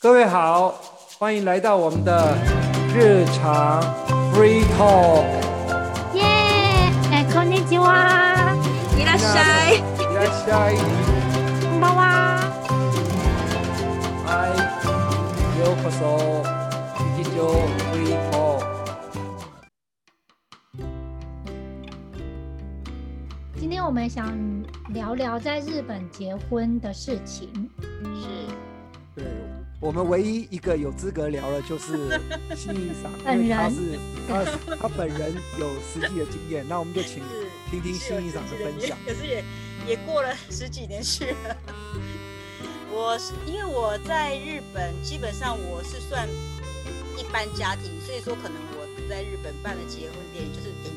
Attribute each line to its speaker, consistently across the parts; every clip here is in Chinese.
Speaker 1: 各位好，欢迎来到我们的日常 free talk。
Speaker 2: 耶，哎，こんにちは，
Speaker 3: 伊拉塞，
Speaker 1: いらっしゃい。
Speaker 2: こんばんは。
Speaker 1: 嗨，ようこそ。日常 free talk。
Speaker 2: 今天我们想聊聊在日本结婚的事情。
Speaker 3: 是
Speaker 1: 对，我们唯一一个有资格聊的就是新一赏，因为
Speaker 2: 本人
Speaker 1: 他是他是他本人有实际的经验，那我们就请听听
Speaker 3: 是有
Speaker 1: 新一赏
Speaker 3: 自
Speaker 1: 的
Speaker 3: 己
Speaker 1: 分
Speaker 3: 经
Speaker 1: 享。
Speaker 3: 验可是也也过了十几年去了。我是因为我在日本，基本上我是算一般家庭，所以说可能我在日本办的结婚典礼就是顶，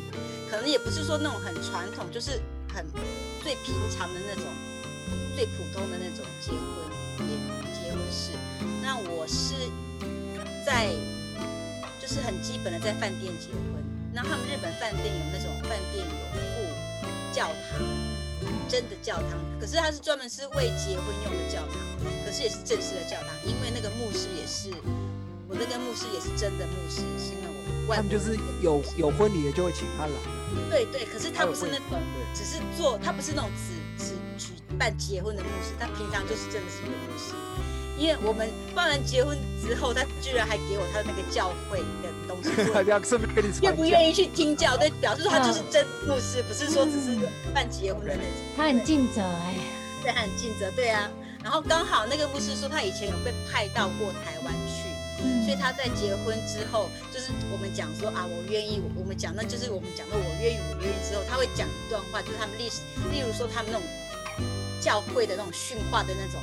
Speaker 3: 可能也不是说那种很传统，就是很最平常的那种，最普通的那种结婚也结婚式。那我是在就是很基本的在饭店结婚，那他们日本饭店有那种饭店有附教堂，真的教堂，可是它是专门是为结婚用的教堂，可是也是正式的教堂，因为那个牧师也是，我那个牧师也是真的牧师，是那种外
Speaker 1: 他们
Speaker 3: 国
Speaker 1: 就是
Speaker 3: 人的
Speaker 1: 有
Speaker 3: 牧师
Speaker 1: 有婚礼的就会请他来，
Speaker 3: 对对，可是他不是那种
Speaker 1: 对，
Speaker 3: 只是做，他不是那种只只举办结婚的牧师，他平常就是真的是一个牧师。因为我们办完结婚之后，他居然还给我他的那个教会的东西 做
Speaker 1: 要顺便跟你
Speaker 3: 愿
Speaker 1: 传
Speaker 3: 不
Speaker 1: 一下。
Speaker 3: 愿意去听教？对，表示他就是真牧师，不是说只是办结婚的那种。
Speaker 2: 他很尽责哎、
Speaker 3: 对，他很尽责，对啊。然后刚好那个牧师说他以前有被派到过台湾去，
Speaker 2: 嗯
Speaker 3: 所以他在结婚之后，就是我们讲说啊，我愿意，我们讲那就是我们讲的我愿意，我愿意之后，他会讲一段话，就是他们历史，例如说他们那种教会的那种训话的那种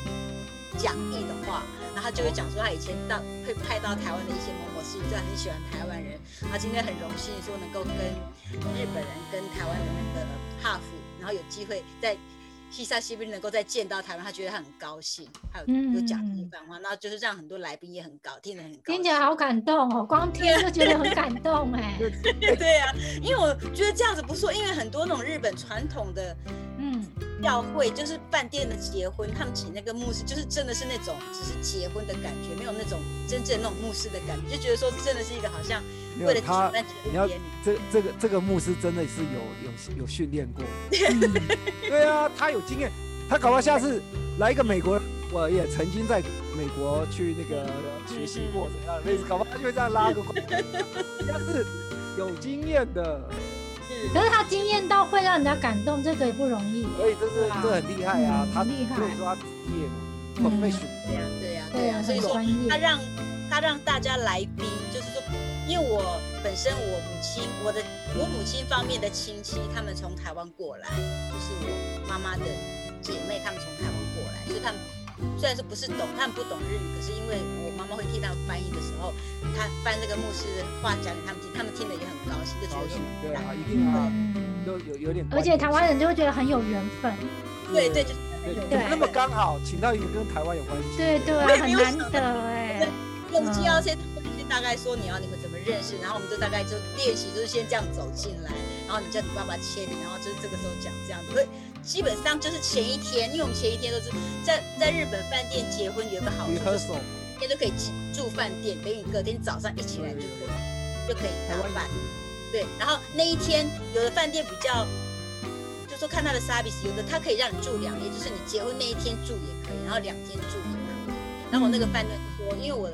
Speaker 3: 讲义的话，然后他就会讲说他以前到会派到台湾的一些某某事情，就很喜欢台湾人，他今天很荣幸说能够跟日本人跟台湾的那个哈佛，然后有机会在。西沙西边能够再见到台湾，他觉得他很高兴，还有有讲这一番话，然后就是让很多来宾也很高，听得很高兴。
Speaker 2: 听起来好感动哦，光听就觉得很感动 哎、
Speaker 3: 对啊，因为我觉得这样子不错，因为很多那种日本传统的
Speaker 2: 嗯，
Speaker 3: 教会，就是饭店的结婚，他们请那个牧师，就是真的是那种只是结婚的感觉，没有那种真正那种牧师的感觉，就觉得说真的是一个好像
Speaker 1: 没有
Speaker 3: 为了举
Speaker 1: 他
Speaker 3: 办结
Speaker 1: 你要
Speaker 3: 婚典礼，
Speaker 1: 这这个这个牧师真的是有有有训练 过，
Speaker 2: 嗯
Speaker 1: 对啊，他有经验，他搞到下次来一个美国人，我也曾经在美国去那个学习过怎样类似，搞不好他就会这样拉个关系，他是有经验的，
Speaker 3: 是
Speaker 2: 可是他经验到会让人家感动，这个也不容易、
Speaker 1: 所以这是
Speaker 2: 哇
Speaker 1: 这很厉害啊
Speaker 2: 嗯，
Speaker 1: 他
Speaker 2: 厉害
Speaker 1: 所以说他职业嘛，很被训练，
Speaker 3: 对啊，对啊，对
Speaker 2: 对
Speaker 3: 啊，
Speaker 2: 啊，
Speaker 3: 所以
Speaker 2: 很
Speaker 3: 说
Speaker 2: 专业
Speaker 3: 他。让他让大家来宾，就是说，因为我本身我母亲，我的我母亲方面的亲戚，他们从台湾过来，就是我妈妈的姐妹，他们从台湾过来，所以他们虽然说不是懂，他们不懂日语，可是因为我妈妈会替他们翻译的时候，他翻这个牧师的话讲给他们听，他们听了也很高兴，就觉
Speaker 1: 高
Speaker 3: 得
Speaker 1: 兴
Speaker 3: 说，
Speaker 1: 对啊，一定啊，
Speaker 2: 嗯，
Speaker 1: 都有有点关系，
Speaker 2: 而且台湾人就会觉得很有缘分，
Speaker 3: 对对，就是
Speaker 1: 对，
Speaker 3: 有
Speaker 1: 怎么那么
Speaker 3: 缘分
Speaker 1: 刚好请到一个跟台湾有关系，
Speaker 2: 对对啊，
Speaker 3: 我也没
Speaker 2: 很
Speaker 3: 有
Speaker 2: 难
Speaker 3: 想到
Speaker 2: 得哎、
Speaker 3: 用纪要先先大概说你要你们怎么认识，然后我们就大概就练习，就是先这样走进来，然后你叫你爸爸签名，然后就是这个时候讲这样子。所以基本上就是前一天，因为我们前一天都是在在日本饭店结婚，有一个好处就是
Speaker 1: rehearsal，
Speaker 3: 今天就可以住饭店，等你隔天早上一起来就可以就可以打扮。对，然后那一天有的饭店比较，就说看他的 service，有的他可以让你住两夜，就是你结婚那一天住也可以，然后两天住也可以。然后我那个饭店就说，因为我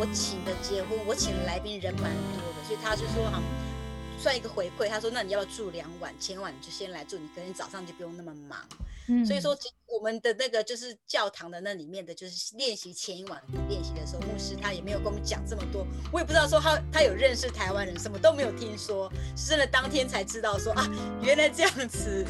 Speaker 3: 我请的结婚，我请的来宾人蛮多的，所以他就说好像算一个回馈，他说那你要不要住两晚，前晚你就先来住，你隔天早上就不用那么忙。
Speaker 2: 嗯，
Speaker 3: 所以说，其实我们的那个就是教堂的那里面的，就是练习前一晚练习的时候，牧师他也没有跟我们讲这么多，我也不知道说他他有认识台湾人，什么都没有听说，是真的当天才知道说啊，原来这样子。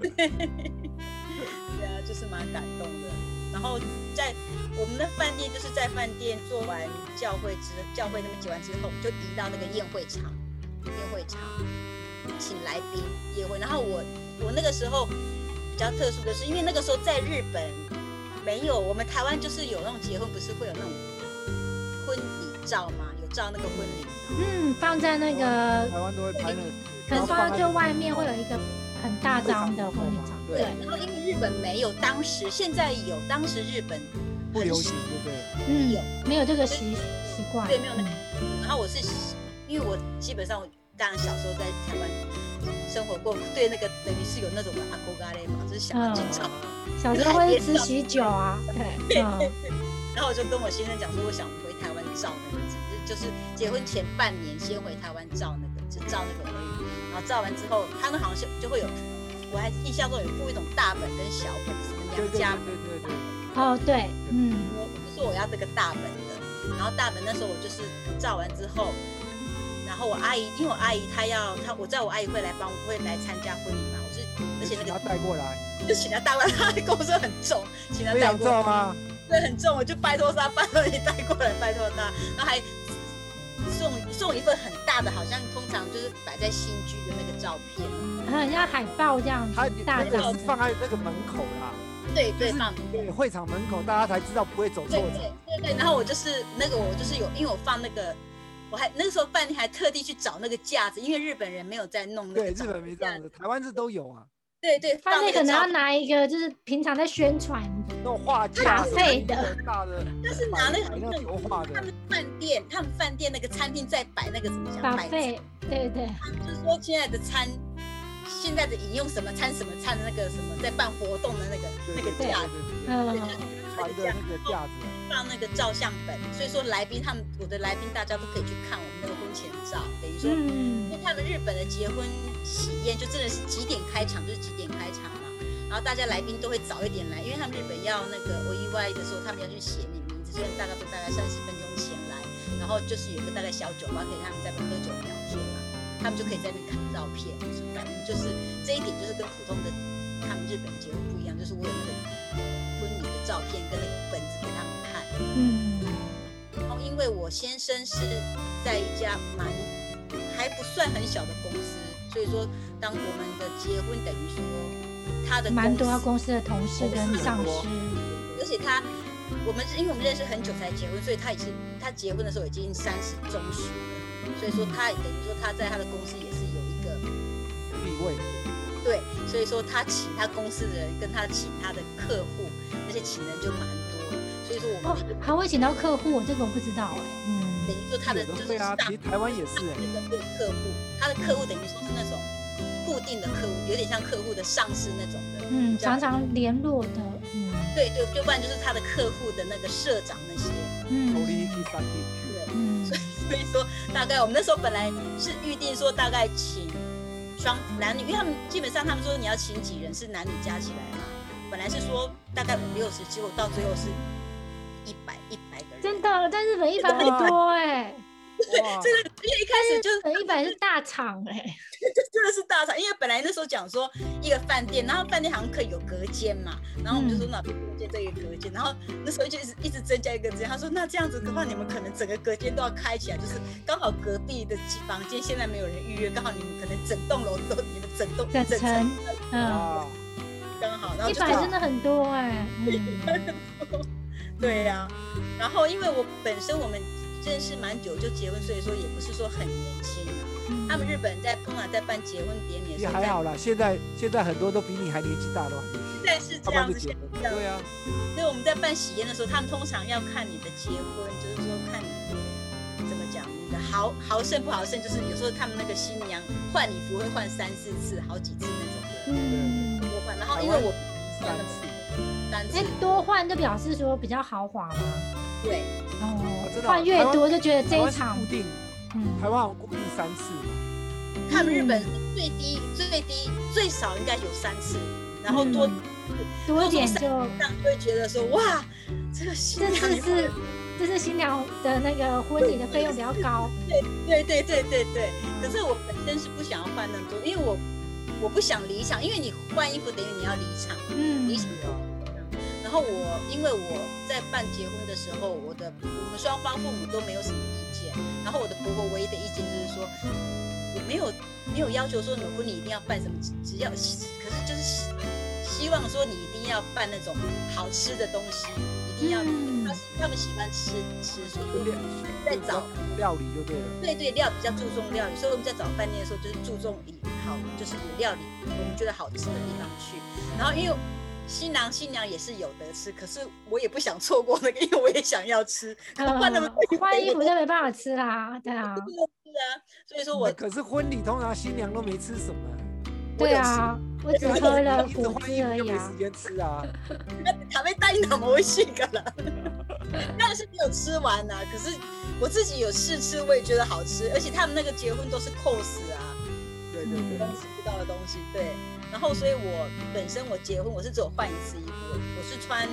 Speaker 3: 对啊，就是蛮感动的。然后在我们的饭店，就是在饭店做完教会之教会那边结完之后，就移到那个宴会场，宴会场请来宾宴会。然后我我那个时候比较特殊的是，因为那个时候在日本没有，我们台湾就是有那种结婚不是会有那种婚礼照吗？有照那个婚礼照。
Speaker 2: 嗯，放在那个
Speaker 1: 台湾都会拍那个，
Speaker 2: 可
Speaker 1: 然后
Speaker 2: 是
Speaker 1: 放
Speaker 2: 放
Speaker 1: 在
Speaker 2: 最外面会有一个很大张的婚礼照，
Speaker 3: 对
Speaker 1: 对，，
Speaker 3: 然后因为日本没有，当时现在有，当时日本
Speaker 1: 不
Speaker 3: 很
Speaker 1: 流
Speaker 3: 少
Speaker 1: 行，对不对？
Speaker 2: 嗯
Speaker 3: 有，
Speaker 2: 没有这个习习惯，
Speaker 3: 对没有那
Speaker 2: 嗯
Speaker 3: 然后我是因为我基本上当然小时候在台湾生活过，对那个等于是有那种阿公阿嘞嘛，就是想要经
Speaker 1: 嗯
Speaker 3: 常。
Speaker 2: 小时候会吃喜酒 啊，对，嗯，
Speaker 3: 然后我就跟我先生讲说，我想回台湾照那个，只是就是结婚前半年先回台湾照那个，就照那个而已。然后照完之后，他们好像就就会有，我还印象中有附一种大本跟小本，什么
Speaker 1: 对
Speaker 3: 娘
Speaker 1: 对
Speaker 3: 家
Speaker 1: 对对对对，
Speaker 2: 哦对，嗯，
Speaker 3: 我就说我要这个大本的，然后大本那时候我就是照完之后，然后我阿姨，因为我阿姨她要她，我知道我阿姨会来帮，会来参加婚礼嘛，我是而且那
Speaker 1: 把
Speaker 3: 个
Speaker 1: 它带过来，
Speaker 3: 就请她大本，她跟我说很重，请她
Speaker 1: 非
Speaker 3: 带
Speaker 1: 常
Speaker 3: 过
Speaker 1: 重
Speaker 3: 来，
Speaker 1: 啊，
Speaker 3: 对，很重，我就拜托她，拜托你带过来，拜托她，然后还送送一份很大的，好像通常就是摆在新居的那个照片，
Speaker 2: 很像海报这样子
Speaker 1: 它，
Speaker 2: 大
Speaker 1: 那
Speaker 2: 张
Speaker 1: 个
Speaker 2: 的
Speaker 1: 是放在那个门口啦，
Speaker 3: 对对
Speaker 1: 就是
Speaker 3: 放。
Speaker 1: 对，会场门口，大家才知道不会走
Speaker 3: 对
Speaker 1: 错
Speaker 3: 对
Speaker 1: 场。
Speaker 3: 对对，然后我就是那个我就是有，因为我放那个，我还那个时候饭店还特地去找那个架子，因为日本人没有在弄那
Speaker 1: 对，
Speaker 3: 个
Speaker 1: 日
Speaker 3: 架
Speaker 1: 本没这样子，台湾是都有啊，
Speaker 3: 对对，
Speaker 2: 他
Speaker 3: 放
Speaker 2: 那可
Speaker 3: 个
Speaker 2: 能
Speaker 3: 架
Speaker 2: 要
Speaker 3: 子，
Speaker 2: 拿一个，就是平常在宣传的，
Speaker 1: 那种画
Speaker 2: 打
Speaker 1: 架什么
Speaker 2: 废的
Speaker 1: 很大的，
Speaker 3: 但是拿那个
Speaker 1: 摆
Speaker 3: 很
Speaker 1: 那
Speaker 3: 正
Speaker 1: 油画
Speaker 3: 他
Speaker 1: 的，
Speaker 3: 们饭店，他们饭店那个餐厅在摆那个怎么讲？
Speaker 2: 把
Speaker 3: 摆
Speaker 2: 费，对对，
Speaker 3: 就是说现在的餐，现在的饮用什么餐什么餐的那个什么在办活动的那个
Speaker 1: 对对
Speaker 3: 那个
Speaker 1: 对
Speaker 3: 架子，
Speaker 1: 对对，
Speaker 2: 嗯，
Speaker 1: 传的那个架子。
Speaker 3: 放那个照相本，所以说来宾他们我的来宾大家都可以去看我们那个婚前照，等于说因
Speaker 2: 嗯
Speaker 3: 为他们日本的结婚喜宴就真的是几点开场就是几点开场嘛，然后大家来宾都会早一点来，因为他们日本要那个我意外的时候，他们要去写你名字，所以大概都大概三十分钟前来，然后就是有一个大概小酒吧可以让他们在那边喝酒聊天嘛，他们就可以在那边看照片，就是感觉就是这一点就是跟普通的他们日本结婚不一样，就是我有那个婚礼的照片跟那个本子给他们看。
Speaker 2: 嗯，
Speaker 3: 然后因为我先生是在一家蛮还不算很小的公司，所以说当我们的结婚等于说他的
Speaker 2: 蛮
Speaker 3: 公
Speaker 2: 多
Speaker 3: 司
Speaker 2: 公司的同事跟上司，
Speaker 3: 而且他我们是因为我们认识很久才结婚，所以他也是他结婚的时候已经三十中旬了，所以说他也等于说他在他的公司也是有一个
Speaker 1: 地位，
Speaker 3: 对，所以说他请他公司的人跟他请他的客户那些请人就蛮多了，所以说我
Speaker 2: 哦
Speaker 3: 们，
Speaker 2: 还会请到客户，我这个我不知道哎，嗯
Speaker 3: 等，于说他的
Speaker 1: 有
Speaker 3: 就
Speaker 1: 的
Speaker 3: 是
Speaker 1: 会啊，
Speaker 3: 上
Speaker 1: 其实台湾也是哎、
Speaker 3: 那个对客户，他的客户等于说是那种固定的客户，有点像客户的上司那种的。
Speaker 2: 嗯，
Speaker 3: 这样
Speaker 2: 常常联络的，嗯
Speaker 3: 对对，就不然就是他的客户的那个社长那些。
Speaker 1: 头一
Speaker 2: 嗯
Speaker 1: 第三地区，
Speaker 3: 对，
Speaker 2: 嗯，
Speaker 3: 所以说大概我们那时候本来是预定说大概请双男女，因为他们基本上他们说你要请几人是男女加起来嘛，本来是说大概五六十，结果到最后是一百一百个人。
Speaker 2: 真的，在日本一百很多哎，
Speaker 1: 哇，
Speaker 3: 这个因为一开始就是
Speaker 2: 日本一百是大厂哎，
Speaker 3: 真的是大厂，因为本来那时候讲说一个饭店，然后饭店好像可以有隔间嘛，然后我们就
Speaker 1: 嗯
Speaker 3: 说那边隔间这一个隔间，然后那时候就一直一直增加一个隔间。他说那这样子的话，你们可能整个隔间都要开起来，就是刚好隔壁的几房间现在没有人预约，刚好你们可能整栋楼都你们整栋
Speaker 2: 整
Speaker 3: 整
Speaker 2: 层，
Speaker 3: 哦
Speaker 2: 嗯，
Speaker 1: 哇，
Speaker 3: 刚好，然后
Speaker 2: 一
Speaker 3: 就
Speaker 2: 百
Speaker 3: 刚好
Speaker 2: 真的很多哎，嗯，
Speaker 3: 对呀、然后因为我本身我们认识蛮久就结婚，所以说也不是说很年轻啊。
Speaker 2: 嗯
Speaker 3: 他们日本在通常在办结婚典礼的时
Speaker 1: 也
Speaker 3: 候，
Speaker 1: 还好啦。现在现在很多都比你还年纪大的，
Speaker 3: 现在是
Speaker 1: 他
Speaker 3: 这
Speaker 1: 们
Speaker 3: 样
Speaker 1: 就
Speaker 3: 子
Speaker 1: 结。婚了，对啊，
Speaker 3: 所以我们在办喜宴的时候，他们通常要看你的结婚，就是说看你怎么讲，你的豪豪盛不豪盛，就是有时候他们那个新娘换礼服会换三四次、好几次那种的
Speaker 2: 嗯，
Speaker 3: 多换。然后因为我
Speaker 1: 三
Speaker 3: 换了
Speaker 1: 次，
Speaker 3: 三
Speaker 2: 哎
Speaker 3: 次，，
Speaker 2: 多换就表示说比较豪华吗？哎
Speaker 3: 对，
Speaker 1: 啊
Speaker 2: 哦
Speaker 1: 真，的啊
Speaker 2: 换越多就觉得这
Speaker 1: 台
Speaker 2: 一
Speaker 1: 湾是
Speaker 2: 场
Speaker 1: 固，定，
Speaker 2: 嗯
Speaker 1: 台湾好像固定三次嘛，
Speaker 3: 他们日本最低最低最少应该有三次，然后多
Speaker 2: 嗯多一点就，
Speaker 3: 让你会觉得说哇，这个新
Speaker 2: 这
Speaker 3: 娘
Speaker 2: 是是这是新娘的那个婚礼的费用比较高，
Speaker 3: 对对对对对。可
Speaker 2: 嗯
Speaker 3: 是我本身是不想要换那么多，因为我我不想离场，因为你换衣服等于你要离场。
Speaker 2: 嗯
Speaker 3: 理想
Speaker 1: 对啊，
Speaker 3: 然后我因为我在办结婚的时候，我的我们双方父母都没有什么意见，然后我的婆婆唯一的意见就是说，我没有没有要求说你们婚礼一定要办什么，只只要可是就是喜喜希望说你一定要办那种好吃的东西，一定要，
Speaker 2: 嗯
Speaker 3: 他是他们喜欢吃吃，所以我
Speaker 1: 料
Speaker 3: 们在找
Speaker 1: 料理就对了。
Speaker 3: 对对料比较注重料理，所以我们在找饭店的时候就是注重以好，就是有料理我们觉得好吃的地方去。然后因为新郎新娘也是有得吃，可是我也不想错过那个，因为我也想要吃，换那么多衣
Speaker 2: 呃
Speaker 3: 服
Speaker 2: 换衣服就没办法吃啦，对啊，
Speaker 3: 所以说我
Speaker 1: 可是婚礼通常新娘都没吃什么，
Speaker 2: 对啊，我只喝了
Speaker 1: 一直
Speaker 2: 果
Speaker 1: 换
Speaker 2: 汁
Speaker 1: 衣服
Speaker 2: 而
Speaker 1: 就
Speaker 2: 已
Speaker 1: 没
Speaker 2: 啊
Speaker 1: 时。间吃啊。
Speaker 3: 还没带那么细个了，但是没有吃完呐、可是我自己有试吃，我也觉得好吃，而且他们那个结婚都是 cos 啊，
Speaker 1: 对对对
Speaker 3: 都，吃不到的东西，对。然后，所以我本身我结婚我是只有换一次衣服，我是穿，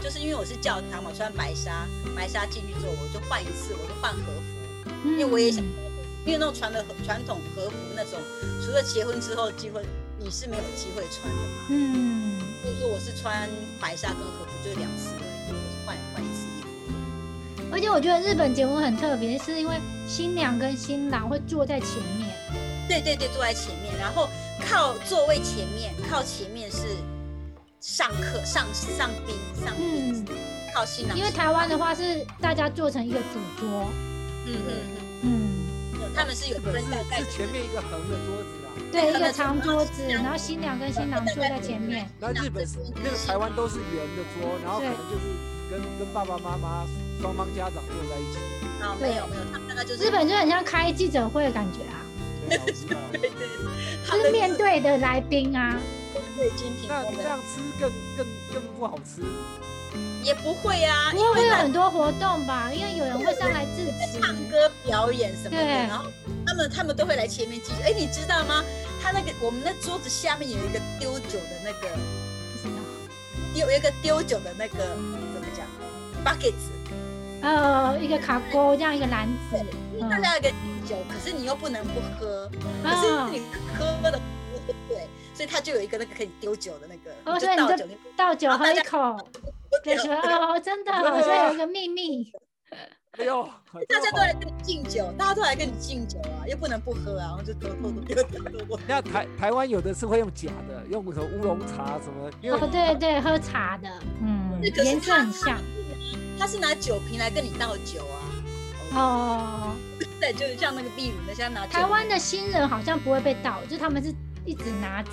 Speaker 3: 就是因为我是教堂嘛，穿白纱，白纱进去之后我就换一次，我就换和服，因为我也想
Speaker 2: 嗯，
Speaker 3: 因为那种传的传统和服那种，除了结婚之后，结婚你是没有机会穿的嘛。
Speaker 2: 嗯，
Speaker 3: 所以说我是穿白纱跟和服就是两次而已，我是换换一次衣服。
Speaker 2: 而且我觉得日本结婚很特别，是因为新娘跟新郎会坐在前面，
Speaker 3: 对对对，坐在前面，然后靠座位前面，靠前面是上课上上宾上宾。
Speaker 2: 嗯，
Speaker 3: 靠新郎，
Speaker 2: 因为台湾的话是大家做成一个主桌，
Speaker 3: 嗯嗯
Speaker 2: 嗯，
Speaker 1: 哦
Speaker 3: 嗯，他们是有
Speaker 1: 日本
Speaker 3: 分的，
Speaker 1: 是是前面一个横的桌子啊。
Speaker 2: 对，一
Speaker 3: 他
Speaker 2: 个
Speaker 3: 们
Speaker 2: 长
Speaker 3: 是
Speaker 2: 桌子，然后新娘跟新郎坐在前面，
Speaker 1: 那日本是那个台湾都是圆的桌，然后可
Speaker 2: 对
Speaker 1: 能就是跟跟爸爸妈妈双方家长坐在一起。
Speaker 3: 啊，没有没有，他们大概就是
Speaker 2: 日本就很像开记者会的感觉啊，
Speaker 1: 对啊，我知道。
Speaker 3: 对对，对他
Speaker 2: 就是
Speaker 3: 们
Speaker 2: 面对的来宾啊，
Speaker 3: 对精品
Speaker 1: 那
Speaker 3: 我
Speaker 1: 你这
Speaker 3: 们
Speaker 1: 样吃更更更不好吃。
Speaker 3: 也不会啊，
Speaker 2: 不
Speaker 3: 因
Speaker 2: 过会
Speaker 3: 为
Speaker 2: 有
Speaker 3: 他
Speaker 2: 很多活动吧，因为有人会上来致辞，
Speaker 3: 唱歌表演什么的，
Speaker 2: 对
Speaker 3: 然后他们他们都会来前面记者。哎，你知道吗？他那个我们那桌子下面有一个丢酒的那个
Speaker 2: 不知道
Speaker 3: 丢有一个丢酒的那个怎么讲？bucket，子
Speaker 2: 呃，一个卡钩这样一个篮子，
Speaker 3: 因为大
Speaker 2: 嗯
Speaker 3: 家有个酒，可是你又不能不喝，可
Speaker 2: 啊
Speaker 3: 是，你喝的对，所以他就有一个那个可以丢酒的那个，
Speaker 2: 哦
Speaker 3: 你就
Speaker 2: 所以你
Speaker 3: 倒
Speaker 2: 就
Speaker 3: 酒你
Speaker 2: 倒酒喝一口，对，
Speaker 3: 对
Speaker 2: 说哦，真的，
Speaker 1: 对啊
Speaker 2: 所以有一个秘密，
Speaker 1: 哎呦，
Speaker 3: 大家都来跟你敬酒，大家都来跟你敬酒啊，又不能不喝啊，然后就偷偷的丢掉。我
Speaker 1: 那台台湾有的是会用假的，用什么乌龙茶什么，因为
Speaker 2: 哦，对对，喝茶的，嗯，
Speaker 3: 可是
Speaker 2: 颜色
Speaker 3: 他
Speaker 2: 很像，
Speaker 3: 他是拿酒瓶来跟你倒酒啊，
Speaker 2: 哦。
Speaker 3: 对，就是像那个秘鲁那些拿酒
Speaker 2: 台湾的新人好像不会被盗，就他们是一直拿着，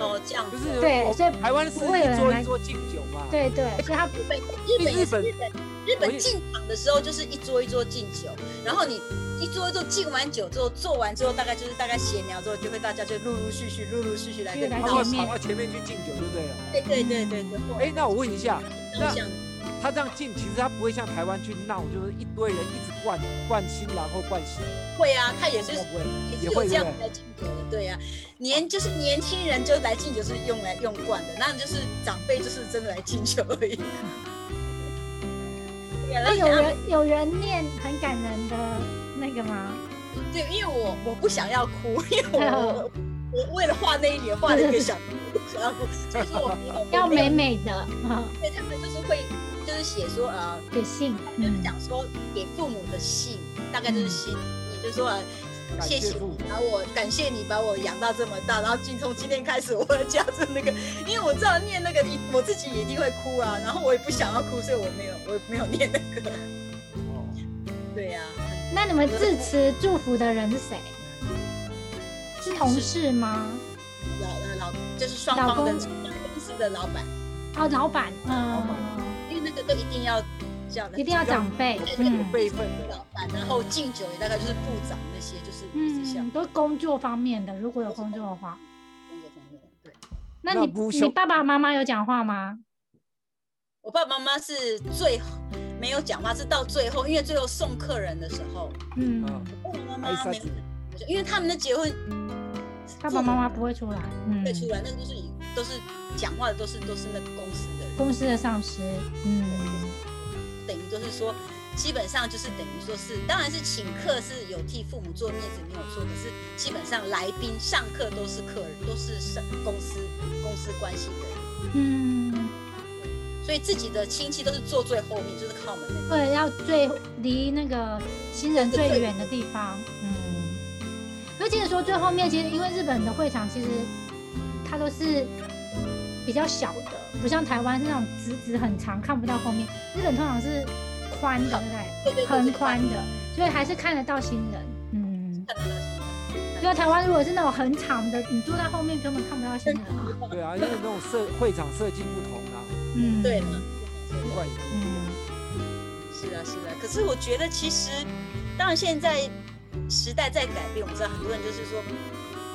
Speaker 3: 哦这样
Speaker 1: 就
Speaker 3: 子，
Speaker 1: 是
Speaker 2: 对，
Speaker 1: 我
Speaker 2: 所以
Speaker 1: 台湾是
Speaker 2: 不会有
Speaker 1: 一
Speaker 2: 人
Speaker 1: 桌
Speaker 2: 来
Speaker 1: 一桌敬酒嘛。，
Speaker 2: 对对，所以他
Speaker 3: 日本日本也是日本日
Speaker 1: 我
Speaker 3: 本
Speaker 1: 也
Speaker 3: 进场的时候就是一桌一桌敬酒，然后你一桌一桌敬完酒之后做完之后，大概就是大概闲聊之后，就会大家就陆陆续续陆陆续续来跟你
Speaker 2: 越来
Speaker 1: 他
Speaker 3: 倒
Speaker 1: 们
Speaker 3: 酒
Speaker 2: 越。
Speaker 1: 跑到前面去敬酒就对了。
Speaker 3: 对对对对对，
Speaker 1: 哎、那我问一下，
Speaker 3: 那像
Speaker 1: 他这样敬，其实他不会像台湾去闹，就是一堆人一直灌灌新郎或灌新娘，
Speaker 3: 会啊，他也是
Speaker 1: 会不会？
Speaker 3: 也
Speaker 1: 也
Speaker 3: 是有
Speaker 1: 会
Speaker 3: 这样
Speaker 1: 对不
Speaker 3: 来敬酒的，对呀、啊年就是年轻人就来敬酒是用来用惯的，那就是长辈就是真的来敬酒而已。 对啊
Speaker 2: 那有人有人念很感人的那个吗？
Speaker 3: 对，因为我我不想要哭，因为 我我我为了画那一脸画了一个小 然后所以说我没有
Speaker 2: 要美
Speaker 3: 没有
Speaker 2: 美的啊，
Speaker 3: 对他们就是会就是写说呃
Speaker 2: 给信，
Speaker 3: 就是
Speaker 2: 嗯，
Speaker 3: 讲说给父母的信，大概就是信，也就是说、啊
Speaker 1: 感
Speaker 3: 谢
Speaker 1: 谢
Speaker 3: 谢
Speaker 1: 父
Speaker 3: 你
Speaker 1: 母
Speaker 3: 把我感谢你把我养到这么大，然后今从今天开始我要加入那个，因为我知道念那个一我自己一定会哭啊，然后我也不想要哭，所以我没有我没有念那个，
Speaker 1: 哦
Speaker 3: 对呀、
Speaker 2: 那你们致辞祝福的人是谁？是同事吗？
Speaker 3: 老呃老就是双方的
Speaker 2: 老公
Speaker 3: 公司的老板，
Speaker 2: 哦，老板，
Speaker 1: 老
Speaker 2: 嗯
Speaker 1: 板，
Speaker 3: 因为那个都一定要叫的
Speaker 2: 一定要长辈，
Speaker 1: 有
Speaker 2: 嗯
Speaker 1: 辈分的，
Speaker 3: 老板，然后敬酒也大概就是部长那些就是这些
Speaker 2: 嗯，都工作方面的，如果有工作的话，
Speaker 3: 工作方面对。
Speaker 2: 那
Speaker 1: 那
Speaker 2: 你
Speaker 1: 不
Speaker 2: 你
Speaker 1: 休
Speaker 2: 爸爸妈妈有讲话吗？
Speaker 3: 我爸爸妈妈是最后没有讲话，是到最后，因为最后送客人的时候，
Speaker 2: 嗯，
Speaker 1: 嗯，
Speaker 3: 我爸爸
Speaker 1: 还
Speaker 3: 妈妈
Speaker 1: 三
Speaker 3: 啊没有
Speaker 1: 子，
Speaker 3: 讲，因为他们的结婚，
Speaker 2: 爸爸妈妈不会出来，嗯，
Speaker 3: 会出来，那都是以都是讲话的都是都是那个公司的人，
Speaker 2: 公司的上司，嗯，
Speaker 3: 等于就是说，基本上就是等于说是，当然是请客是有替父母做面子没有错，可是基本上来宾上课都是客人，都是上公司公司关系的人，
Speaker 2: 嗯，
Speaker 3: 所以自己的亲戚都是坐最后面，就是靠门那个。
Speaker 2: 或者要最离那个新人最远的地方，嗯。可是其实说最后面，其实因为日本的会场其实它都是比较小的，不像台湾是那种直直很长看不到后面，日本通常是宽的，对不
Speaker 3: 对对
Speaker 2: 对？
Speaker 3: 对
Speaker 2: 很
Speaker 3: 是
Speaker 2: 宽
Speaker 3: 宽
Speaker 2: 的，所以还是看得到新人。嗯，
Speaker 3: 看得到新
Speaker 2: 就像台湾如果是那种很长的，你坐在后面根本看不到新人啊。
Speaker 1: 对啊，因为那种设会场设计不同啊，
Speaker 2: 嗯，
Speaker 3: 人对了，
Speaker 1: 不管也不一样。
Speaker 2: 嗯，
Speaker 3: 是啊是啊。可是我觉得其实，当然现在时代在改变，我们知道很多人就是说，嗯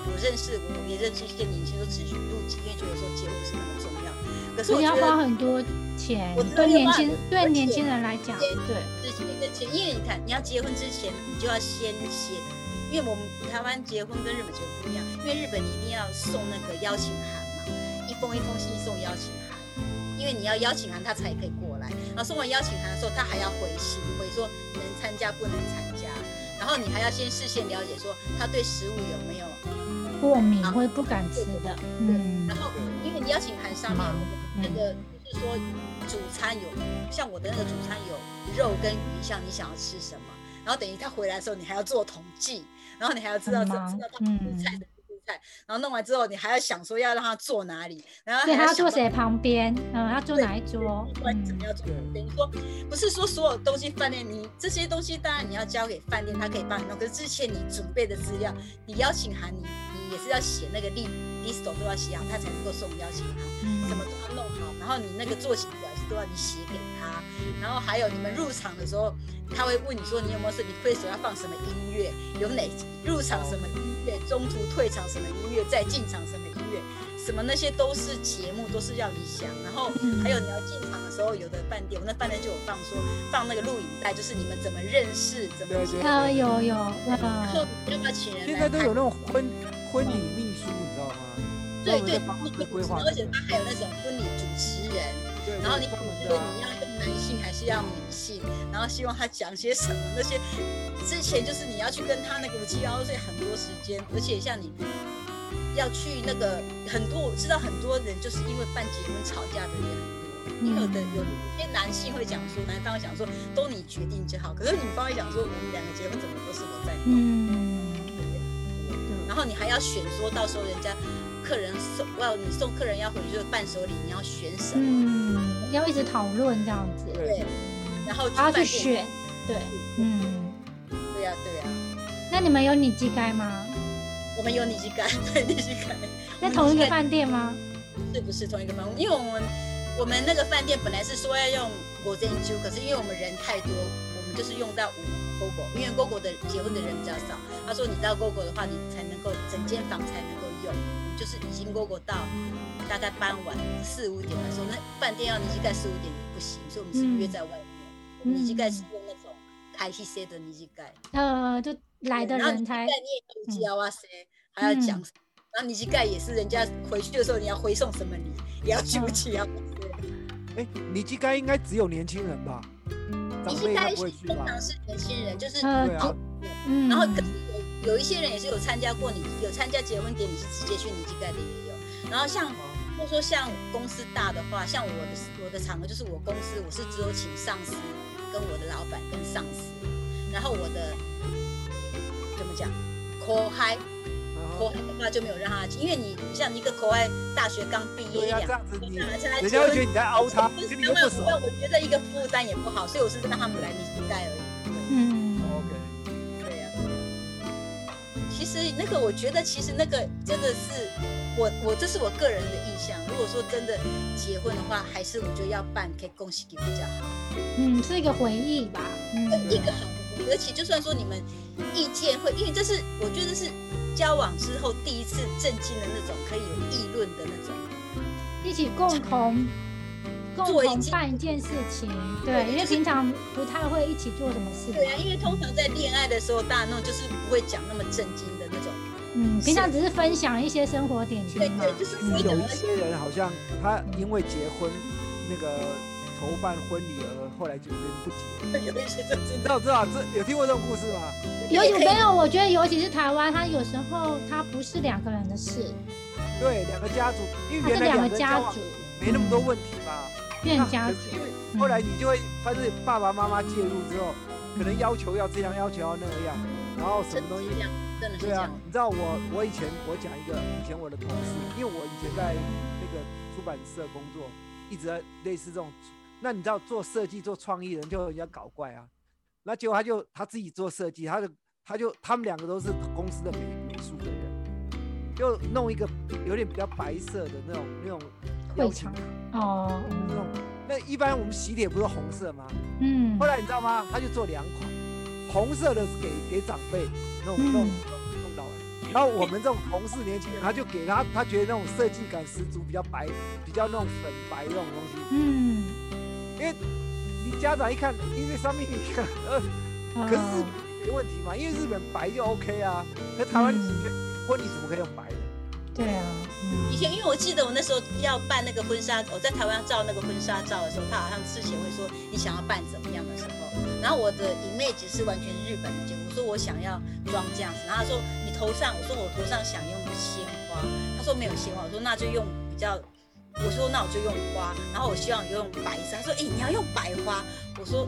Speaker 3: 我认识我也认识一些年轻人都只入籍，因为觉得说结婚不是那么重要。可是
Speaker 2: 所
Speaker 3: 我
Speaker 2: 以要
Speaker 3: 觉
Speaker 2: 花
Speaker 3: 得
Speaker 2: 很多钱
Speaker 3: 我知，道
Speaker 2: 对
Speaker 3: 要
Speaker 2: 年
Speaker 3: 花
Speaker 2: 轻
Speaker 3: 很多
Speaker 2: 对
Speaker 3: 钱
Speaker 2: 年轻人来讲，
Speaker 3: 对
Speaker 2: 对。
Speaker 3: 之前的钱，因为你看你要结婚之前，你就要先写，因为我们台湾结婚跟日本结婚不一样，因为日本你一定要送那个邀请函嘛，一封一封信送邀请函，因为你要邀请函他才可以过来，然后送完邀请函的时候，他还要回信，回说能参加不能参加，然后你还要先事先了解说他对食物有没有
Speaker 2: 过敏会不敢吃的，嗯
Speaker 3: 然后因为邀请函上面那个就是说主餐有，像我的那个主餐有肉跟鱼，像你想要吃什么，然后等于他回来的时候你还要做统计，然后你还要知道
Speaker 2: 很
Speaker 3: 这
Speaker 2: 忙
Speaker 3: 知道他出菜
Speaker 2: 嗯
Speaker 3: 的不出菜，然后弄完之后你还要想说要让他坐哪里，然后
Speaker 2: 对，他要
Speaker 3: 想
Speaker 2: 坐
Speaker 3: 到
Speaker 2: 谁旁边，嗯，要坐哪一桌，
Speaker 3: 不然你怎
Speaker 2: 嗯
Speaker 3: 么，要做？
Speaker 1: 对
Speaker 3: 等于说，不是说所有东西饭店，你这些东西当然你要交给饭店，他可以帮你弄。可是之前你准备的资料，你邀请函你你也是要写那个 list list 都要写好，他才能够送邀请函。
Speaker 2: 嗯
Speaker 3: 什么都要弄好，然后你那个作息表是都要你写给他，然后还有你们入场的时候，他会问你说你有没有说你退手要放什么音乐，有哪入场什么音乐，中途退场什么音乐，再进场什么音乐，什么那些都是节目，都是要你想。然后
Speaker 2: 嗯
Speaker 3: 还有你要进场的时候，有的饭店，我那饭店就有放说放那个录影带，就是你们怎么认识，怎么
Speaker 1: 对
Speaker 3: 结
Speaker 1: 对
Speaker 2: 呃，
Speaker 1: 对，
Speaker 2: 有有，
Speaker 3: 然后
Speaker 2: 呃，
Speaker 3: 要不要请人
Speaker 1: 现
Speaker 3: 来
Speaker 1: 在都有
Speaker 3: 看
Speaker 1: 那？种婚婚礼秘书，你知道吗？专
Speaker 3: 对
Speaker 1: 门
Speaker 3: 对，
Speaker 1: 在帮
Speaker 3: 那
Speaker 1: 你
Speaker 3: 个
Speaker 1: 规划
Speaker 3: 而
Speaker 1: 这
Speaker 3: 且
Speaker 1: 个。
Speaker 3: 他还有那种婚礼主持人。
Speaker 1: 对
Speaker 3: 然后你
Speaker 1: 专门的
Speaker 3: 觉得
Speaker 1: 啊
Speaker 3: 你要用男性还是要女性，然后希望他讲些什么那些，之前就是你要去跟他那个七幺岁很多时间，而且像你要去那个很多，我知道很多人就是因为办结婚吵架的人很多，因为有的有些男性会讲说，男方会讲说都你决定就好，可是女方会讲说我哦们两个结婚怎么都是我在弄。
Speaker 2: 嗯，
Speaker 3: 然后你还要选说，到时候人家客人送，要你送客人要回去的伴手礼，你要选什么？
Speaker 2: 嗯，要一直讨论这样子，
Speaker 1: 对
Speaker 3: 然后
Speaker 2: 还要
Speaker 3: 饭
Speaker 2: 去
Speaker 3: 店
Speaker 2: 选，对，嗯，
Speaker 3: 对呀、对呀、啊
Speaker 2: 那你们有你鸡该吗？
Speaker 3: 我们有你去改，对你去改，
Speaker 2: 在同一个饭店吗？
Speaker 3: 是不是同一个房？因为我们我们那个饭店本来是说要用 g o z e n j u 可是因为我们人太多，我们就是用到五 g o g o 因为 g o g o 的结婚的人比较少。他说你到 g o g o 的话，你才能够整间房才能够用，就是已经 g o g o 到大概傍晚四五点的时候，那饭店要你去盖四五点不行，所以我们是约在外面。我们你去盖是用那种开 T C 的你去盖。
Speaker 2: 呃，就来的
Speaker 3: 然后你
Speaker 2: 人
Speaker 3: 膝盖
Speaker 2: 才嗯
Speaker 3: 你，也要教啊谁，还要讲，然后你膝盖也是人家回去的时候你要回送什么礼，也要去不
Speaker 2: 嗯
Speaker 3: 去啊？
Speaker 1: 哎，你应该应该只有年轻人吧？长
Speaker 3: 你
Speaker 1: 辈
Speaker 3: 膝
Speaker 1: 应
Speaker 3: 盖
Speaker 1: 该不
Speaker 3: 是
Speaker 1: 会去
Speaker 3: 通
Speaker 1: 吧？
Speaker 3: 常是年轻人，就是
Speaker 2: 呃
Speaker 1: 对啊，
Speaker 2: 嗯，
Speaker 3: 然后可是有有一些人也是有参加过你有参加结婚典礼是直接去你膝盖的也有，然后像。
Speaker 1: 啊
Speaker 3: 或者说像公司大的话，像我的我的场合就是我公司，我是只有请上司跟我的老板跟上司，然后我的怎么讲，口嗨口
Speaker 1: 啊
Speaker 3: 嗨的话就没有让他去，因为你像一个口嗨大学刚毕
Speaker 1: 对
Speaker 3: 业一
Speaker 1: 呀，
Speaker 3: 两
Speaker 1: 这样子你
Speaker 3: 年，让他
Speaker 1: 人
Speaker 3: 结
Speaker 1: 家会
Speaker 3: 婚
Speaker 1: 觉得你在凹他，
Speaker 3: 就是
Speaker 1: 跟你
Speaker 3: 他
Speaker 1: 又
Speaker 3: 们
Speaker 1: 不熟。
Speaker 3: 我觉得一个负担也不好，所以我是让他们来你期待而已。
Speaker 2: 嗯，
Speaker 1: OK，
Speaker 3: 对呀、其实那个我觉得，其实那个真的是我我这是我个人的印象。如果说真的结婚的话，还是我觉得要办可以恭喜比较好。
Speaker 2: 嗯，是一个回忆吧，嗯，
Speaker 3: 一个好的而且就算说你们意见会，因为这是我觉得是交往之后第一次震惊的那种，可以有议论的那种。
Speaker 2: 一起共同共
Speaker 3: 做一
Speaker 2: 同
Speaker 3: 件
Speaker 2: 办一件事情，
Speaker 3: 对
Speaker 2: 对，因为
Speaker 3: 就是
Speaker 2: 平常不太会一起做什么事，
Speaker 3: 对啊，因为通常在恋爱的时候，大家那种就是不会讲那么震惊的那种。
Speaker 2: 嗯，
Speaker 3: 是
Speaker 2: 平常只是分享一些生活点滴
Speaker 3: 对
Speaker 2: 嘛
Speaker 3: 对，，就是
Speaker 1: 其啊实
Speaker 3: 非
Speaker 1: 有
Speaker 3: 常
Speaker 1: 一些人好像他因为结婚那个筹办婚礼而后来决定不结。
Speaker 3: 有一些真
Speaker 1: 你
Speaker 3: 真
Speaker 1: 知道知道这有听过这种故事吗？
Speaker 2: 尤
Speaker 3: 也
Speaker 2: 其
Speaker 3: 可以
Speaker 2: 没有，我觉得尤其是台湾，它有时候它不是两个人的事，
Speaker 1: 对，两个家族，因
Speaker 2: 它
Speaker 1: 为原
Speaker 2: 是
Speaker 1: 来
Speaker 2: 两个
Speaker 1: 人
Speaker 2: 家
Speaker 1: 交往
Speaker 2: 族，
Speaker 1: 没那么多问题嘛。
Speaker 2: 变家
Speaker 1: 可
Speaker 2: 嗯族
Speaker 1: 是，因为后来你就会发现爸爸妈妈介入之后，可能要求要这样，要求要那样，然后什么东西
Speaker 3: 这样，真的是
Speaker 1: 对
Speaker 3: 这
Speaker 1: 啊
Speaker 3: 样。，
Speaker 1: 你知道我我以前我讲一个以前我的同事，因为我以前在那个珠版社工作，一直在类似这种，那你知道做设计、做创意人就人家搞怪啊，那结果他就他自己做设计，他就他就他们两个都是公司的美美术的人，就弄一个有点比较白色的那种那种
Speaker 2: 会
Speaker 1: 邀请
Speaker 2: 场哦，
Speaker 1: 那种，那一般我们喜帖不是红色吗？
Speaker 2: 嗯
Speaker 1: 后来你知道吗？他就做两款，红色的是给给长辈弄
Speaker 2: 嗯
Speaker 1: 弄弄弄老人，然后我们这种同事年轻人，他就给他他觉得那种设计感十足，比较白，比较那种粉白这种东西。
Speaker 2: 嗯，
Speaker 1: 因为你家长一看，因为上面你看，呃，可是日
Speaker 2: 哦
Speaker 1: 本没问题嘛，因为日本白就 OK 啊，可台湾
Speaker 2: 嗯
Speaker 1: 你觉得婚礼怎么可以用白的？
Speaker 2: 对啊，
Speaker 3: 以
Speaker 2: 嗯
Speaker 3: 前因为我记得我那时候要办那个婚纱，我在台湾照那个婚纱照的时候，他好像之前会说你想要办怎么样的时候，然后我的 image 是完全日本的结果，我说我想要装这样子，然后他说你头上，我说我头上想用鲜花，他说没有鲜花，我说那就用比较，我说那我就用花，然后我希望你用白色，他说哎、你要用白花，我说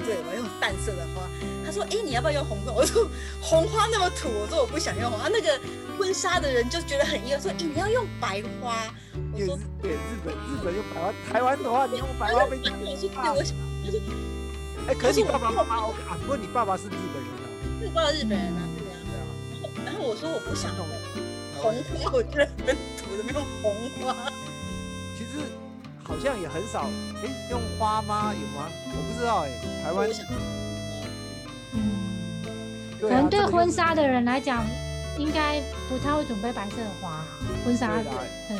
Speaker 3: 对我要用淡色的花，他说哎、你要不要用红花，我说红花那么土，我说我不想用红花，那个婚纱的人就觉得很意外，说哎、你要用白花，
Speaker 1: 因
Speaker 3: 我
Speaker 1: 为
Speaker 3: 说
Speaker 1: 日对日本日本用白花，台湾的话你用白花被打啊
Speaker 3: 我说对我想他说
Speaker 1: 哎，可是你
Speaker 3: 可
Speaker 1: 爸
Speaker 3: 是我
Speaker 1: 爸妈妈 OK 啊，不过你爸爸是日本人啊，
Speaker 3: 这个日本人啊，对啊，
Speaker 1: 对啊，
Speaker 3: 然后我说我不想用
Speaker 1: 台湾
Speaker 3: 红花，我觉得很土，怎么用红花？
Speaker 1: 其实好像也很少，哎、用花吗？有吗？我不知道哎、台湾
Speaker 3: 我想
Speaker 2: 嗯，可
Speaker 1: 对啊
Speaker 2: 能对
Speaker 1: 这个就
Speaker 2: 婚
Speaker 1: 是
Speaker 2: 纱的人来讲，应该不太会准备白色的花，婚纱
Speaker 1: 对啊
Speaker 2: 的
Speaker 1: 啦
Speaker 2: 对，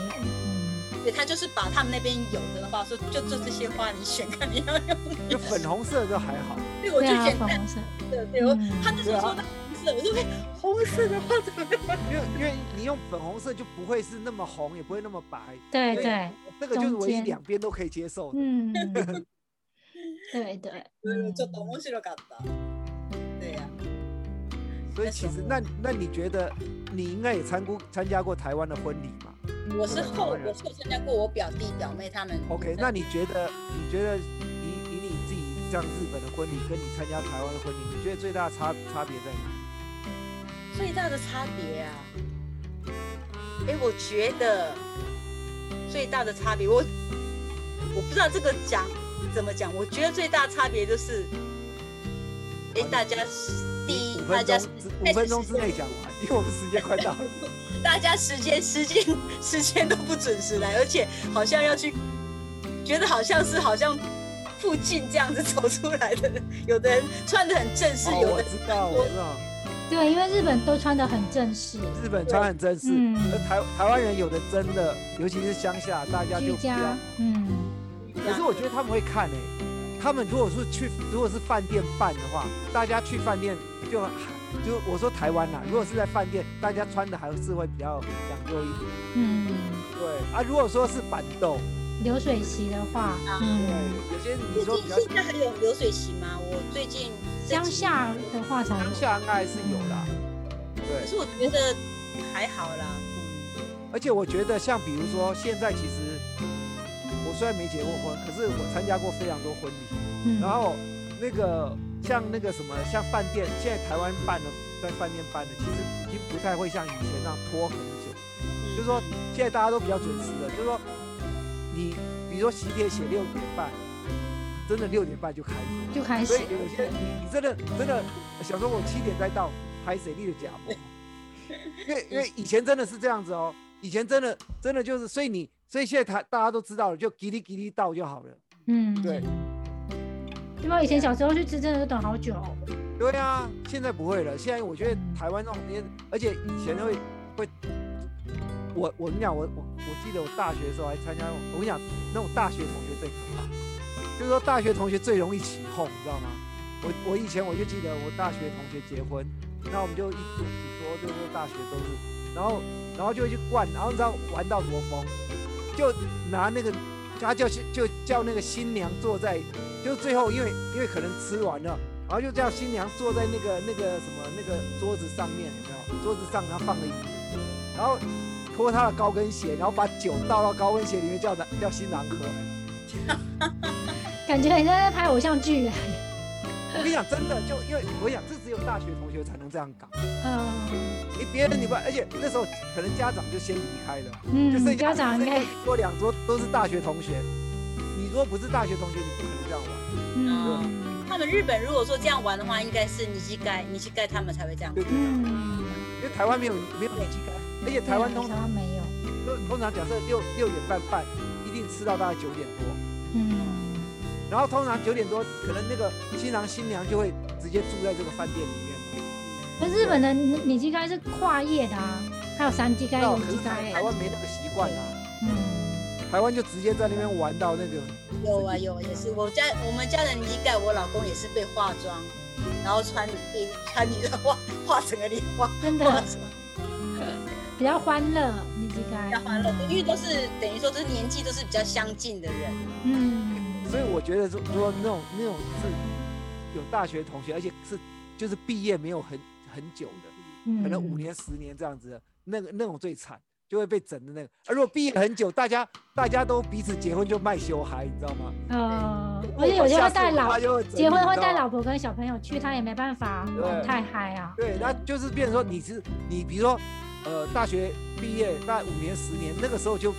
Speaker 2: 嗯，
Speaker 3: 对他就是把他们那边有的话说，就做这些花，你选看你要用。
Speaker 1: 就粉红色就还好，
Speaker 3: 对，我
Speaker 2: 对
Speaker 3: 就
Speaker 2: 啊，
Speaker 3: 选
Speaker 2: 粉红色，
Speaker 3: 对对，我
Speaker 2: 嗯
Speaker 3: 他那时候说那红色，我说哎红色的话怎么用？
Speaker 1: 因为因为你用粉红色就不会是那么红，也不会那么白，
Speaker 2: 对
Speaker 1: 对
Speaker 2: 对，
Speaker 1: 这个就是唯
Speaker 2: 中
Speaker 1: 一
Speaker 2: 间
Speaker 1: 两边都可以接受的。
Speaker 2: 嗯，对对，嗯
Speaker 3: ちょっと面白かった。对啊呀、
Speaker 1: 所以其实
Speaker 3: 嗯
Speaker 1: 那那你觉得你应该也参估参加过台湾的婚礼嘛
Speaker 3: 我是后我是有参加过我表弟表妹他们。
Speaker 1: ？OK，那你觉得嗯你觉得以以你自己这样日本的婚礼跟你参加台湾的婚礼，你觉得最大的差差别在哪？
Speaker 3: 最大的差别啊，哎、我觉得最大的差别，我我不知道这个讲怎么讲，我觉得最大差别就是，哎、大家是第一
Speaker 1: 五，
Speaker 3: 大
Speaker 1: 分
Speaker 3: 家
Speaker 1: 钟
Speaker 3: 是
Speaker 1: 之五分钟之内讲完，因为我们时间快到了。
Speaker 3: 大家时间时间时间都不准时来，而且好像要去，觉得好像是好像附近这样子走出来的，有的人穿的很正式，
Speaker 1: 哦，
Speaker 3: 有
Speaker 1: 我
Speaker 3: 的
Speaker 1: 知道，我知道。
Speaker 2: 对，因为日本都穿的很正式，
Speaker 1: 日本穿很正式，
Speaker 2: 嗯
Speaker 1: 而台台湾人有的真的，尤其是乡下，大家
Speaker 2: 居
Speaker 1: 就比较。
Speaker 2: 家，嗯，
Speaker 1: 可是我觉得他们会看诶、他们如果是去，如果是饭店办的话，大家去饭店就就我说台湾啦，如果是在饭店，大家穿的还是会比较讲究一点。
Speaker 2: 嗯，
Speaker 1: 对啊，如果说是板豆，
Speaker 2: 流水席的话，
Speaker 1: 对
Speaker 2: 嗯，，
Speaker 1: 有些你
Speaker 3: 最
Speaker 1: 说比
Speaker 3: 近
Speaker 1: 较
Speaker 3: 现在还有流水席吗？我最近这
Speaker 2: 乡
Speaker 3: 几
Speaker 2: 下的话才
Speaker 1: 乡
Speaker 2: 有，
Speaker 1: 下爱是有啦，对
Speaker 3: 可。是我觉得还好啦。嗯，
Speaker 1: 而且我觉得，像比如说，现在其实我虽然没结过婚，可是我参加过非常多婚礼。
Speaker 2: 嗯，
Speaker 1: 然后那个像那个什么，像饭店，现在台湾办的，在饭店办的，其实已经不太会像以前那样拖很久。
Speaker 3: 嗯
Speaker 1: 就是说，现在大家都比较准时了，就是说，你比如说喜帖写六点半，真的六点半就开始了。
Speaker 2: 就开始
Speaker 1: 所以
Speaker 2: 了，
Speaker 1: 有些
Speaker 2: 对
Speaker 1: 你你真的真的想说，我七点再到，拍谁立的假 不？因为因为以前真的是这样子哦，以前真的真的就是，所以你所以现在他大家都知道了，就叽里叽里到就好了。
Speaker 2: 嗯，
Speaker 1: 对。
Speaker 2: 因为我以前小时候去吃，真的都等好久。
Speaker 1: 对啊，现在不会了。现在我觉得台湾那种天，而且以前会会，我我跟你讲，我我我记得我大学的时候还参加那种，我跟你讲，那种大学同学最可怕，就是说大学同学最容易起哄，你知道吗？我我以前我就记得我大学同学结婚，那我们就一组几桌，就是大学都是，然后然后就会去灌，然后你知道玩到多疯，就拿那个他叫就叫那个新娘坐在，就是最后因为因为可能吃完了，然后就叫新娘坐在那个那个什么那个桌子上面，有没有？桌子上然后放了椅子，然后脱她的高跟鞋，然后把酒倒到高跟鞋里面叫男叫新郎喝。
Speaker 2: 感觉很像在拍偶像剧。
Speaker 1: 我跟你讲，真的就因为我想，这只有大学同学才能这样搞，
Speaker 2: 嗯
Speaker 1: 你别人你不，而且那时候可能家长就先离开了，就剩
Speaker 2: 嗯，
Speaker 1: 下
Speaker 2: 家长应该
Speaker 1: 剩下一桌两桌都是大学同学，你如果不是大学同学，你不可能这样玩。
Speaker 2: 嗯
Speaker 3: 他们日本如果说这样玩的话，应该是尼基盖、尼基盖他们才会这样
Speaker 1: 对
Speaker 3: 玩。
Speaker 1: 对对，
Speaker 2: 嗯，
Speaker 1: 因为台湾没有没有年纪开，而且台湾通
Speaker 2: 台湾没有，
Speaker 1: 通通常假设六六点半半，一定吃到大概九点多。
Speaker 2: 嗯
Speaker 1: 然后通常九点多，可能那个新郎新娘就会直接住在这个饭店里面嘛。
Speaker 2: 那日本的你应该是跨夜的啊，还有三 G 该
Speaker 1: 那
Speaker 2: 五
Speaker 1: 可是
Speaker 2: G
Speaker 1: 台
Speaker 2: 该，
Speaker 1: 台湾没那个习惯啊，
Speaker 2: 嗯，
Speaker 1: 台湾就直接在那边玩到那个。
Speaker 3: 有啊有啊，也
Speaker 1: 嗯
Speaker 3: 是我家我们家的尼基盖，我老公也是被化妆，然后穿被穿你的化化整个脸化
Speaker 1: 嗯
Speaker 2: 真
Speaker 3: 化
Speaker 2: 的
Speaker 3: 妆，
Speaker 2: 比较欢乐，你应该
Speaker 3: 比较欢乐，因为都是等于说这年纪都是比较相近的人。
Speaker 2: 嗯
Speaker 1: 所以我觉得说说那种那种是有大学同学，而且是就是毕业没有很很久的，
Speaker 2: 嗯，
Speaker 1: 可能五年十年这样子的，那个那种最惨。就会被整的那个，而如果毕业很久，大家大家都彼此结婚就卖羞嗨，你知道吗？
Speaker 2: 呃，而且有些会带老
Speaker 1: 他就会整你
Speaker 2: 结婚会
Speaker 1: 知道
Speaker 2: 带
Speaker 1: 吗
Speaker 2: 老婆跟小朋友去，他也没办法
Speaker 1: 对
Speaker 2: 玩太嗨啊。
Speaker 1: 对，那就是变成说你是你，比如说，呃，大学毕业大概五年十年，那个时候就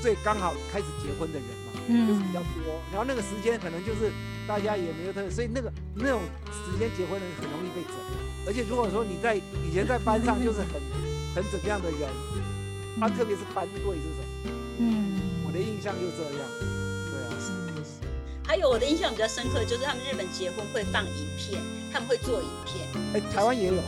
Speaker 1: 最刚好开始结婚的人嘛，就是比
Speaker 2: 嗯
Speaker 1: 较多。然后那个时间可能就是大家也没有特别，所以那个那种时间结婚的人很容易被整。而且如果说你在以前在班上就是很很怎么样的人，他、
Speaker 3: 嗯
Speaker 1: 特别是班队这种，
Speaker 2: 嗯，
Speaker 1: 我的印象就这样。对啊，
Speaker 3: 还有我的印象比较深刻，就是他们日本结婚会放影片，他们会做影片，
Speaker 1: 哎、台湾也有，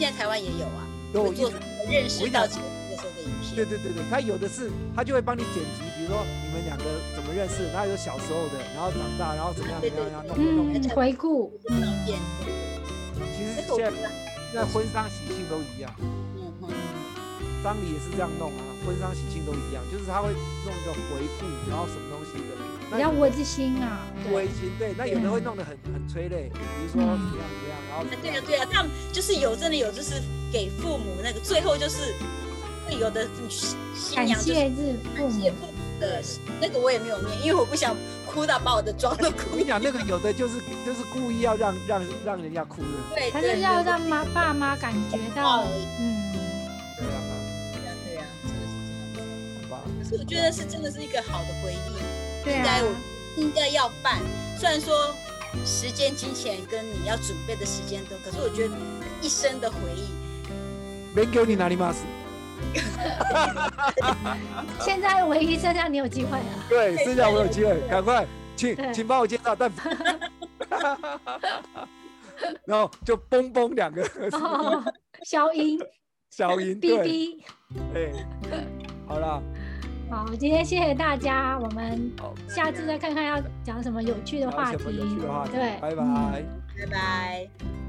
Speaker 3: 现在台湾也有啊，
Speaker 1: 有
Speaker 3: 会
Speaker 1: 一
Speaker 3: 做
Speaker 1: 直
Speaker 3: 认识到结婚的时候的影
Speaker 1: 对
Speaker 3: 片。
Speaker 1: 对对对，他有的是，他就会帮你剪辑，比如说你们两个怎么认识，他有小时候的，然后长大，然后怎么样怎么样，然后弄弄
Speaker 2: 嗯
Speaker 1: 弄。，
Speaker 2: 回顾，
Speaker 3: 照
Speaker 2: 嗯
Speaker 3: 片，
Speaker 1: 其实
Speaker 3: 这个我
Speaker 1: 现在
Speaker 3: 不知道
Speaker 1: 现在婚丧喜庆都一样，
Speaker 3: 嗯嗯，
Speaker 1: 丧礼也是这样弄啊，婚丧喜庆都一样，就是他会弄一个回顾，然后什么东西的，那
Speaker 2: 比较
Speaker 1: 有的
Speaker 2: 温馨啊。
Speaker 1: 温馨，对，那有的会弄得很很催泪，比如说怎么样怎么样，然后
Speaker 3: 啊对啊对啊，他们就是有真的有，就是给父母那个最后就是会有的新新
Speaker 2: 感
Speaker 3: 娘就是
Speaker 2: 谢日父
Speaker 3: 感谢
Speaker 2: 母，
Speaker 3: 父母的，那个我也没有念，因为我不想哭到把我的妆都
Speaker 1: 我
Speaker 3: 哭
Speaker 1: 跟你讲，那个有的就是就是故意要让让让人家哭的，
Speaker 3: 对，
Speaker 2: 他
Speaker 3: 对
Speaker 2: 是要
Speaker 3: 对
Speaker 2: 让妈爸妈感觉到，嗯，
Speaker 1: 对啊，
Speaker 3: 对啊对啊，真的是这样子。
Speaker 1: 好吧，
Speaker 3: 可是我觉得是真的是一个好的回忆。
Speaker 2: 对
Speaker 3: 应
Speaker 2: 啊
Speaker 3: 该，我应该要办。虽然说时间、金钱跟你要准备的时间都，可是我觉得一生的回忆，
Speaker 1: 没给你哪里嘛是，
Speaker 2: 现在唯一剩下你有机会啊 了。
Speaker 1: 对，剩下我有机会，赶快，请
Speaker 2: 对
Speaker 1: 请帮我介绍，但。 然后就嘣嘣两个
Speaker 2: 哦，消音
Speaker 1: 小音，
Speaker 2: ，B
Speaker 1: 对，
Speaker 2: B。
Speaker 1: 哎，好啦，
Speaker 2: 好，今天谢谢大家，我们
Speaker 1: 好
Speaker 2: 下次再看看要讲什么有趣的
Speaker 1: 聊
Speaker 2: 话
Speaker 1: 什
Speaker 2: 题
Speaker 1: 么有趣的话。题
Speaker 2: 对，
Speaker 1: 拜
Speaker 2: 嗯
Speaker 1: 拜。
Speaker 3: 拜拜。
Speaker 2: 拜拜。